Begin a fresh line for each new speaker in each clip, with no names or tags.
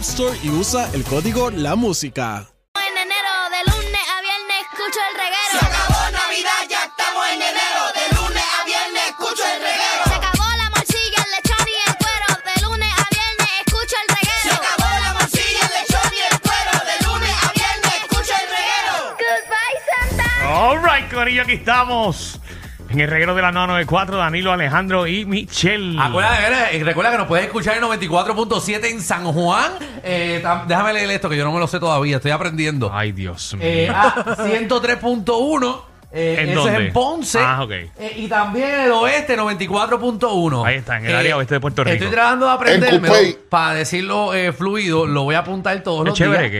Store y usa el código La Música.
En enero, de lunes a viernes, escucho el
Se
reguero.
acabó Navidad, ya estamos en enero. De lunes a viernes escucho el reguero.
Se acabó la morcilla, el lechón y el cuero. De lunes a viernes, escucho el
Se
reguero.
acabó la morcilla, el lechón y el cuero. De lunes a viernes escucho el reguero.
Goodbye, Santa.
All right, Corillo, aquí estamos. En el reguero de la 994, Danilo, Alejandro y Michelle.
Acuérdate, mira, eh, recuerda que nos puedes escuchar en 94.7 en San Juan. Eh, tam- déjame leer esto que yo no me lo sé todavía, estoy aprendiendo.
Ay, Dios mío.
Eh, ah, 103.1. eh,
¿En
eso
dónde?
es en Ponce.
Ah, ok.
Eh, y también en el oeste, 94.1.
Ahí está, en el área oeste de Puerto Rico.
Eh, Estoy tratando de
En
aprenderme
Cupey.
para decirlo eh, fluido. Lo voy a apuntar todos
es
los
chévere
días.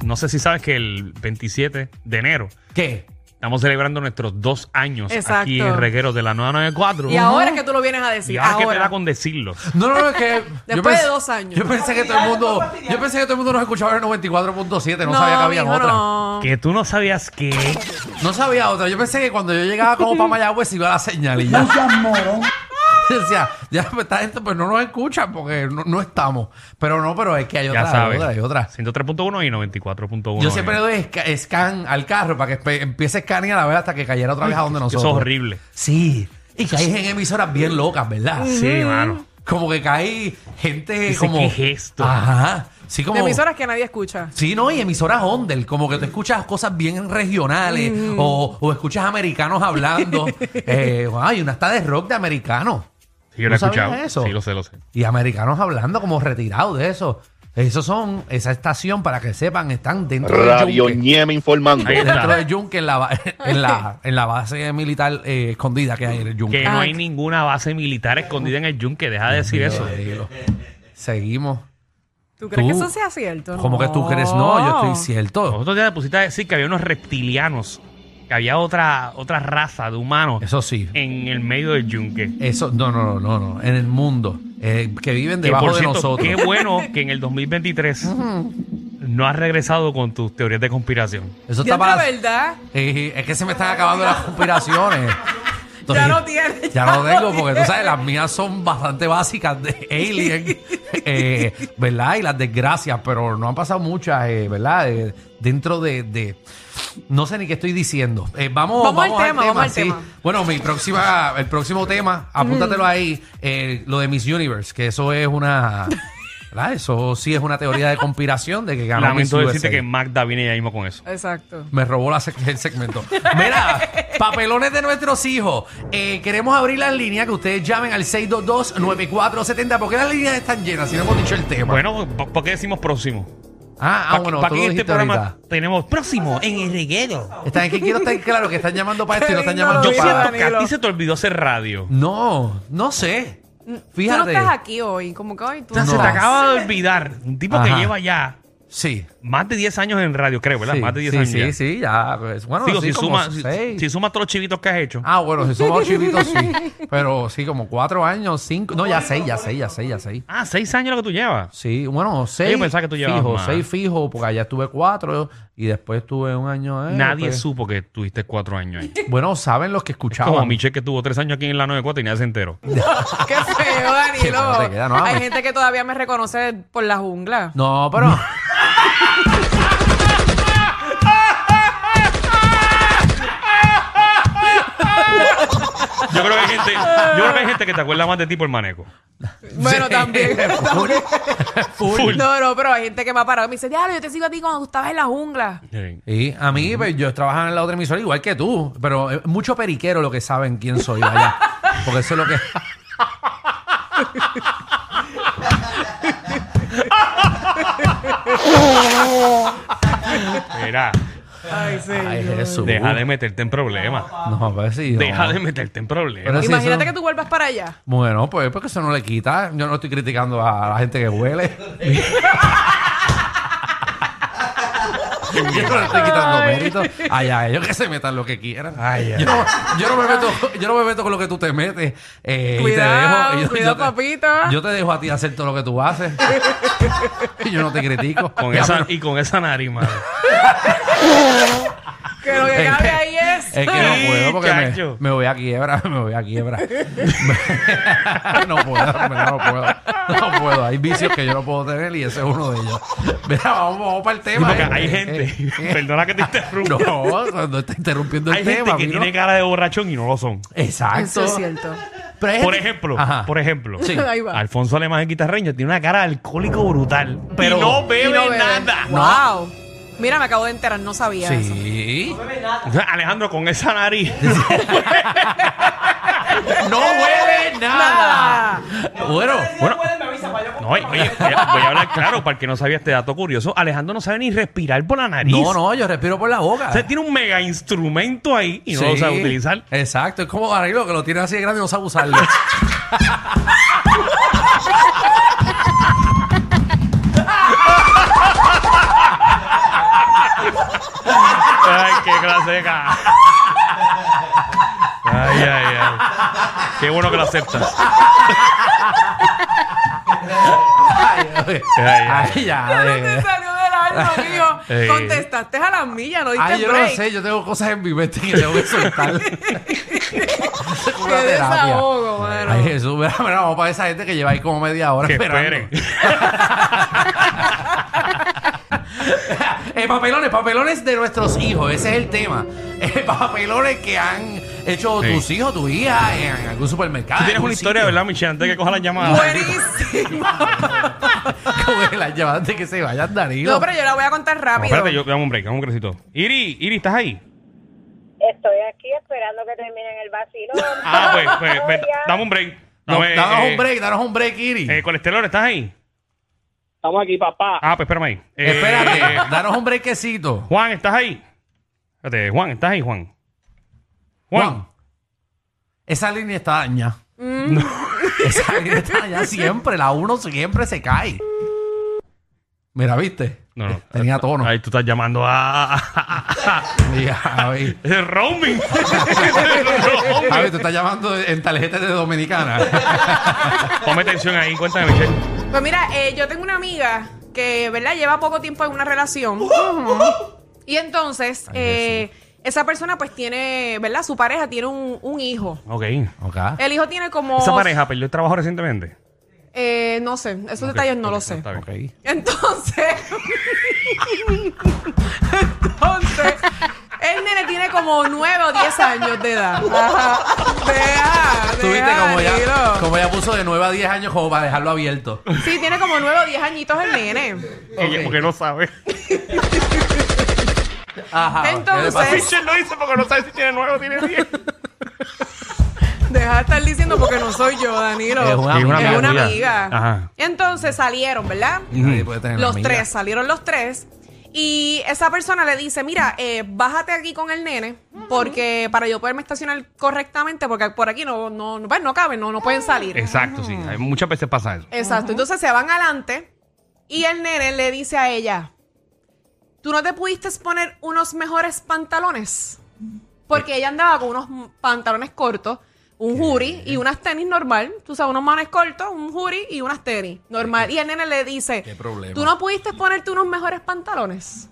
que no sé si sabes que el 27 de enero
¿Qué?
estamos celebrando nuestros dos años
Exacto.
aquí en el reguero de la 994.
Y ahora es que tú lo vienes a
Y
decir.
ahora que te
ahora.
da con decirlo.
No, no, no, es que. yo
Después de
pens-
dos años.
Yo pensé que todo el mundo. Yo pensé que todo el mundo nos escuchaba en 94.7. No,
No,
sabía que había
mijo,
otra.
no.
Que tú no sabías que.
No sabía otra. Yo pensé que cuando yo llegaba como para Mayagüez se iba la señal y ya. Decía, ya pues, esta gente pues no nos escucha porque no, no estamos. Pero no, pero es que hay otra,
Ya sabes.
hay otra, hay otra.
103.1 y 94.1.
Yo siempre
eh.
le doy esca- scan al carro para que espe- empiece a escanear a la vez hasta que cayera otra vez a donde
Eso
nosotros.
es horrible.
Sí. Y caí en emisoras bien locas, ¿verdad?
Sí, mano.
Como que caí gente
Dice,
como...
¿qué gesto?
Ajá. Sí, como...
De emisoras que nadie escucha.
Sí, no, y emisoras Ondel, como que tú escuchas cosas bien regionales
Mm.
o, o escuchas americanos hablando. eh, hay una está de rock de americanos.
Sí, yo lo he
¿No sabías
escuchado.
eso?
Sí, lo sé, lo sé.
Y americanos hablando como retirados de eso. Esos son, esa estación, para que sepan, están dentro del
Radio
yunque.
Ñeme informando.
Ahí está.
Dentro del yunque, en la, ba- en la, en la base militar eh, escondida que hay en el
Que
yunque.
no
Ah,
hay
que-
ninguna base militar escondida en el yunque. Deja de decir eso.
Diablo. Seguimos.
¿Tú crees que
Tú.
eso sea cierto?
Como que tú crees, no, yo estoy cierto.
Nosotros ya te pusiste a decir que había unos reptilianos, que había otra, otra raza de humanos
Eso sí.
en el medio del yunque.
Eso, no, no, no, no, no. En el mundo. eh, que viven
Que,
debajo
por cierto,
de nosotros.
Qué bueno que en el 2023 no has regresado con tus teorías de conspiración.
Eso
Ya
está para.
verdad.
Eh, es que se me están acabando las conspiraciones. Entonces,
Ya no tiene,
Ya
ya
no
no
tengo, porque tú
tiene.
sabes, las mías son bastante básicas de Alien, eh, ¿verdad? Y las desgracias, pero no han pasado muchas, eh, ¿verdad? Eh, dentro de, de- No sé ni qué estoy diciendo. Eh, vamos,
Vamos al tema, vamos al
sí.
tema. Mm.
Bueno, mi próxima, el próximo tema, apúntatelo ahí, eh, lo de Miss Universe, que eso es una... ¿verdad? Eso sí es una teoría de conspiración de que ganó Miss
Lamento decirte
USA.
que Magda viene ya mismo con eso.
Exacto.
Me robó la sec- el segmento. Mira, papelones de nuestros hijos. Eh, queremos abrir las líneas que ustedes llamen al 622-9470. ¿Por qué las líneas están llenas? Si no hemos dicho el tema.
Bueno, ¿por por qué decimos próximo?
ah, ah,
¿Para
bueno, tú
qué
lo
en este
dijiste
programa
ahorita.
tenemos próximo en el reguero?
Están, es que quiero estar claro que están llamando para esto y no están
Qué lindo
Yo
llamando
lo
para.
siento que
Danilo.
a ti se te olvidó hacer radio.
No, no sé.
Tú no
Fíjate.
estás aquí hoy. Como que hoy tú
No.
Ah, Se te
estás.
acaba de olvidar. Un tipo que
Ajá.
lleva ya
Sí.
más de 10 años en radio, creo, ¿verdad?
sí,
más de 10
sí,
años.
sí,
ya.
sí, ya. pues, bueno,
Digo, si,
sí, como
suma, si,
seis.
si sumas todos los chivitos que has hecho.
Ah, bueno, si somos chivitos, sí. Pero sí, como cuatro años, cinco. No, ya seis, ya seis, ya seis, ya seis.
Ah, seis años lo que tú llevas.
Sí, bueno, seis
pensaba que tú llevabas
fijo,
más.
seis fijo, porque allá estuve cuatro y después tuve un año. eh,
Nadie
pues.
supo que tuviste cuatro años ahí.
Bueno, saben los que escuchaban.
Como Michelle que tuvo tres años aquí en la 94 y nadie se enteró.
Qué feo,
Sí, pero no te queda, no,
Danilo. Hay
hombre.
gente que todavía me reconoce por la jungla.
No, pero.
Yo Yo creo que hay gente, yo creo que hay gente que te acuerda más de ti por maneco.
Bueno, también. también.
Full.
No, no, pero hay gente que me ha parado y me dice, diablo, yo te sigo a ti cuando tú estabas en la jungla.
Sí.
Y a mí, pues, yo trabajaba en la otra emisora igual que tú, pero es mucho periquero lo que saben quién soy allá. Porque eso es lo que.
Mira,
Ay, sí.
Ay, Jesús.
deja de meterte en problemas.
No, pues sí. no.
Deja de meterte en
Pero
problemas.
sí,
Imagínate
eso-
que tú vuelvas para allá.
Bueno, pues porque eso no le quita. Yo no estoy criticando a la gente que huele. Yo no le estoy quitando mérito. Ay, a ellos que se metan lo que quieran.
Ay, ay.
Yo, no, yo no me meto, yo no me meto con lo que tú te metes. Eh, y te
Cuidado,
dejo, y yo-
cuidado,
yo te-
papito.
Yo te dejo a ti hacer todo lo que tú haces. y yo no te critico.
Con
Y a
esa,
menos-
y con esa nariz, madre.
Que lo que cabe ahí es.
Es Eh, que no
Sí,
puedo porque me,
chacho.
me voy a quiebra, me voy a quiebra. no puedo, hombre, no puedo. No puedo. Hay vicios que yo no puedo tener y ese es uno de ellos. Mira, vamos, vamos para el
Sí,
tema.
porque
eh.
hay
Eh,
gente,
eh,
perdona que te interrumpa.
No, o sea, no está interrumpiendo el
Hay gente
tema.
que
mí no.
tiene cara de borrachón y no lo son.
Exacto.
Eso es cierto.
Pero hay
Por
gente-
ejemplo,
Ajá.
por ejemplo,
Sí.
Ahí va.
Alfonso Alemán el guitarreño tiene una cara de alcohólico brutal. Pero y no
Y
bebe
no bebe.
nada.
Wow. Mira, me acabo de enterar, no sabía eso.
Sí.
O sea, Alejandro con esa nariz.
No huele nada. Bueno,
bueno, no, oye, oye, voy a voy a hablar claro para el que no sabía este dato curioso. Alejandro no sabe ni respirar por la nariz.
no, no, yo respiro por la boca.
O sea, tiene un mega instrumento ahí y no lo
Sí.
sabe utilizar.
Exacto, es como Danilo que lo tiene así de grande y no sabe usarlo.
Ay, qué clase de ca- Ay, ay, ay. Qué bueno que lo aceptas.
ay,
ay.
Ay, ya,
Ya no
de-
te salió del alma, amigo.
Ey.
Contestaste a las millas, no diste
Ay, yo no
break.
sé, yo tengo cosas en mi mente que tengo que soltar. Es como
Qué
una terapia.
desahogo, mano.
Ay, Jesús, mira, mira, vamos para esa gente que lleva ahí como media hora
Que
esperando. Eh, papelones, papelones de nuestros hijos, ese es el tema. Eh, papelones que han hecho
Sí.
tus hijos, tu hija, en algún supermercado.
Tú tienes una
en algún
historia,
sitio.
¿verdad, Michelle? Antes de que coja la llamada.
Buenísimo.
Como que las llamas antes que se vayan, Danilo.
No, pero yo la voy a contar
No,
rápido.
espérate, yo dame un break, dame un breakcito. Iri, Iri, ¿estás ahí?
Estoy aquí esperando que terminen el vacilón.
Ah, pues, pues, pues,
Oigan,
dame un break.
No,
Dame,
danos
eh,
un break, danos un break, Iri.
Eh, colesterol, ¿estás ahí?
Estamos aquí, papá.
Ah, pues espérame ahí. Eh,
Espérate,
eh,
danos un breakcito.
Juan, ¿estás ahí? Espérate, Juan, ¿estás ahí, Juan? Juan.
Juan, esa línea está dañada.
Mm.
No, esa línea está dañada siempre. La 1 siempre se cae. Mira, ¿viste?
No, no.
Tenía tono.
Ahí tú estás llamando a.
Ya, Javi.
Es roaming.
Javi, te está llamando en tarjetas de Dominicana.
Ponme atención ahí, cuéntame, Michelle.
Pues mira, eh, yo tengo una amiga que, ¿verdad? Lleva poco tiempo en una relación.
Uh-huh.
Y entonces, eh, esa persona pues tiene, ¿verdad? Su pareja tiene un, un hijo.
Ok.
Ok.
El hijo tiene como...
¿Esa pareja perdió el trabajo recientemente?
Eh, no sé, esos
Ok,
detalles no
ok,
lo sé.
está bien.
Ok.
Entonces, entonces, el nene tiene como 9 o 10 años de edad. Ajá. Deja,
Tú viste
deja,
como ya,
Danilo.
como ya puso de 9 a 10 años como para dejarlo abierto.
Sí, tiene como 9 o 10 añitos el nene.
Ella,
Ok.
porque no sabe.
Ajá. ¿qué le
Entonces-
pasa?
Michelle lo dice porque no sabe si tiene nueve o tiene diez.
Deja de estar diciendo porque no soy yo, Danilo.
Es una amiga
Es una
tuya.
amiga.
Ajá.
Entonces salieron, ¿verdad?
Nadie puede tener
Los
amiga.
tres, salieron los tres. Y esa persona le dice, mira, eh, bájate aquí con el nene, porque para yo poderme estacionar correctamente, porque por aquí no, no, no, pues, no caben, no, no pueden salir.
Exacto, sí. Hay- Muchas veces pasa eso.
Exacto. Entonces se van adelante y el nene le dice a ella, ¿tú no te pudiste poner unos mejores pantalones? Porque ella andaba con unos m- pantalones cortos, un juri y unas tenis normal. Tú sabes, unos manes cortos, un juri y unas tenis normal. Y el nene le dice,
qué problema?
¿tú no pudiste ponerte unos mejores pantalones?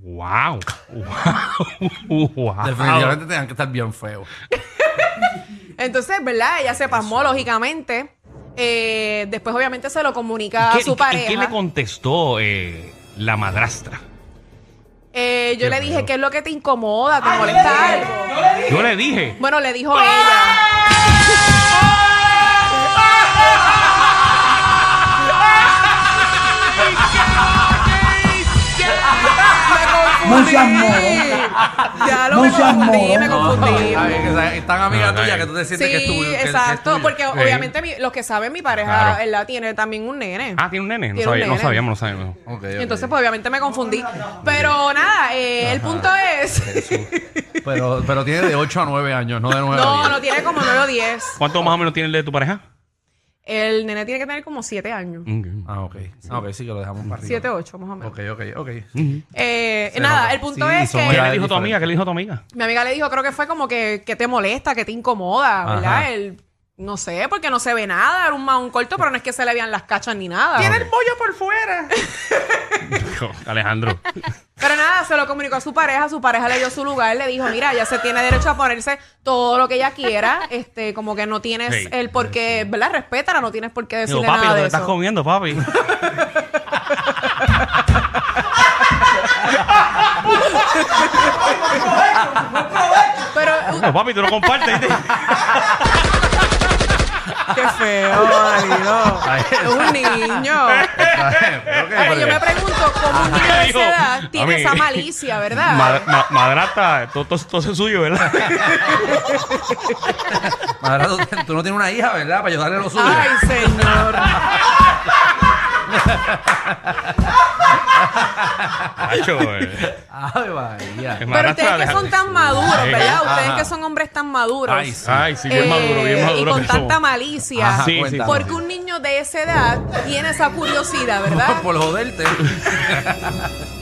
Wow. Wow. wow.
Definitivamente tenían que estar bien feos.
Entonces, ¿verdad? Ella se pasmó, lógicamente. Eh, después, obviamente, se lo comunica a
¿Qué- y qué-
su
y
pareja.
¿Qué le contestó eh, la madrastra?
Eh, yo le dije, ¿qué es lo que te incomoda? ¿Te
Ay,
molesta
yo le dije,
algo?
yo le dije.
Yo le dije.
Bueno, le dijo ella. Me confundí.
Muchas modas.
Ya lo me
Muchas
confundí, me
modas.
confundí.
Está bien, que sea- es tan amiga
No,
tuya
está
que tú te
Sí,
sientes que es tu- que- que es
exacto,
tuyo.
porque
Sí.
obviamente mi- los que saben, mi pareja,
Claro.
él la tiene también un nene.
Ah, tiene un nene. No,
Tiene un
sabía- no
nene.
sabíamos, no sabíamos.
Ok, ok.
Entonces, pues obviamente me confundí. Pero nada, eh, el punto es...
pero, pero tiene de 8 a 9 años, no de 9 a
no,
10.
no tiene como 9 o 10.
¿Cuánto más o menos tiene el de tu pareja?
El nene tiene que tener como 7 años.
Ah, ok. Ah, ok, sí, que lo dejamos para arriba.
7, 8 más o menos.
Ok, ok, ok.
Eh,
Se
nada,
nota.
el punto
Sí,
es
son
que
¿Qué
Era
le dijo tu
diferente.
amiga? ¿Qué le dijo tu amiga?
mi amiga le dijo, creo que fue como que, que te molesta, que te incomoda,
Ajá.
¿verdad? El, no sé, porque no se ve nada, era un, ma- un corto, pero no es que se le vean las cachas ni nada.
el pollo por fuera. Alejandro.
Pero nada, se lo comunicó a su pareja, su pareja le dio su lugar, le dijo, mira, ella se tiene derecho a ponerse todo lo que ella quiera, este, como que no tienes
Sí.
el por qué, ¿verdad? Respétala, no tienes por qué
Digo,
decirle
papi, lo
nada
que
de
te
eso.
estás comiendo, papi.
Pero,
No, papi, tú no compartes. ¿viste?
uh, qué feo, marido. Es un niño. Ahora, yo me pregunto cómo un niño de
Digo,
esa edad tiene
mami.
esa malicia, ¿verdad?
Ma- ma- Madrasta, todo, todo, todo eso es suyo, ¿verdad?
Ahora tú, tú no tienes una hija, ¿verdad? Para ayudarle a los suyos.
Ay, señor.
Nacho, eh.
Ay, María.
Es
Pero ustedes que
madrastra,
son tan maduros,
Sí.
¿verdad? Ustedes
Ajá.
que son hombres tan maduros.
Ay, sí.
Ay, sí, bien
eh,
maduro, bien maduro.
Y con
que somos.
tanta malicia.
Ajá,
Sí, sí,
cuéntanos.
Porque un niño de esa edad tiene esa curiosidad, ¿verdad?
Por joderte.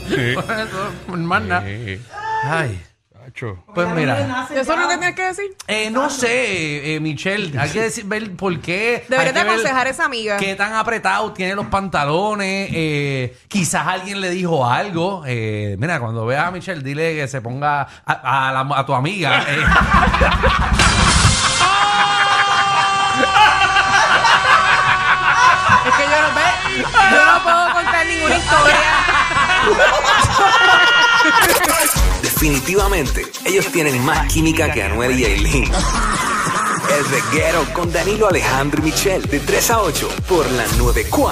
Sí.
Por eso, hermana.
Eh,
Ay.
Nacho.
Pues mira.
¿Eso es lo que tienes que decir?
Eh, no sé, eh, Michelle, hay que decir, ver por qué. hay
Deberías de
que ver
aconsejar a esa amiga.
Qué tan apretados tiene los pantalones. eh, quizás alguien le dijo algo. eh, mira, cuando veas a Michelle, dile que se ponga a, a la- a tu amiga. eh.
Es que yo no, ve, yo no puedo contar ninguna historia.
Definitivamente, ellos tienen más química que Anuel y Aileen. El reguero con Danilo Alejandro y Michel, de 3 a 8, por la 94.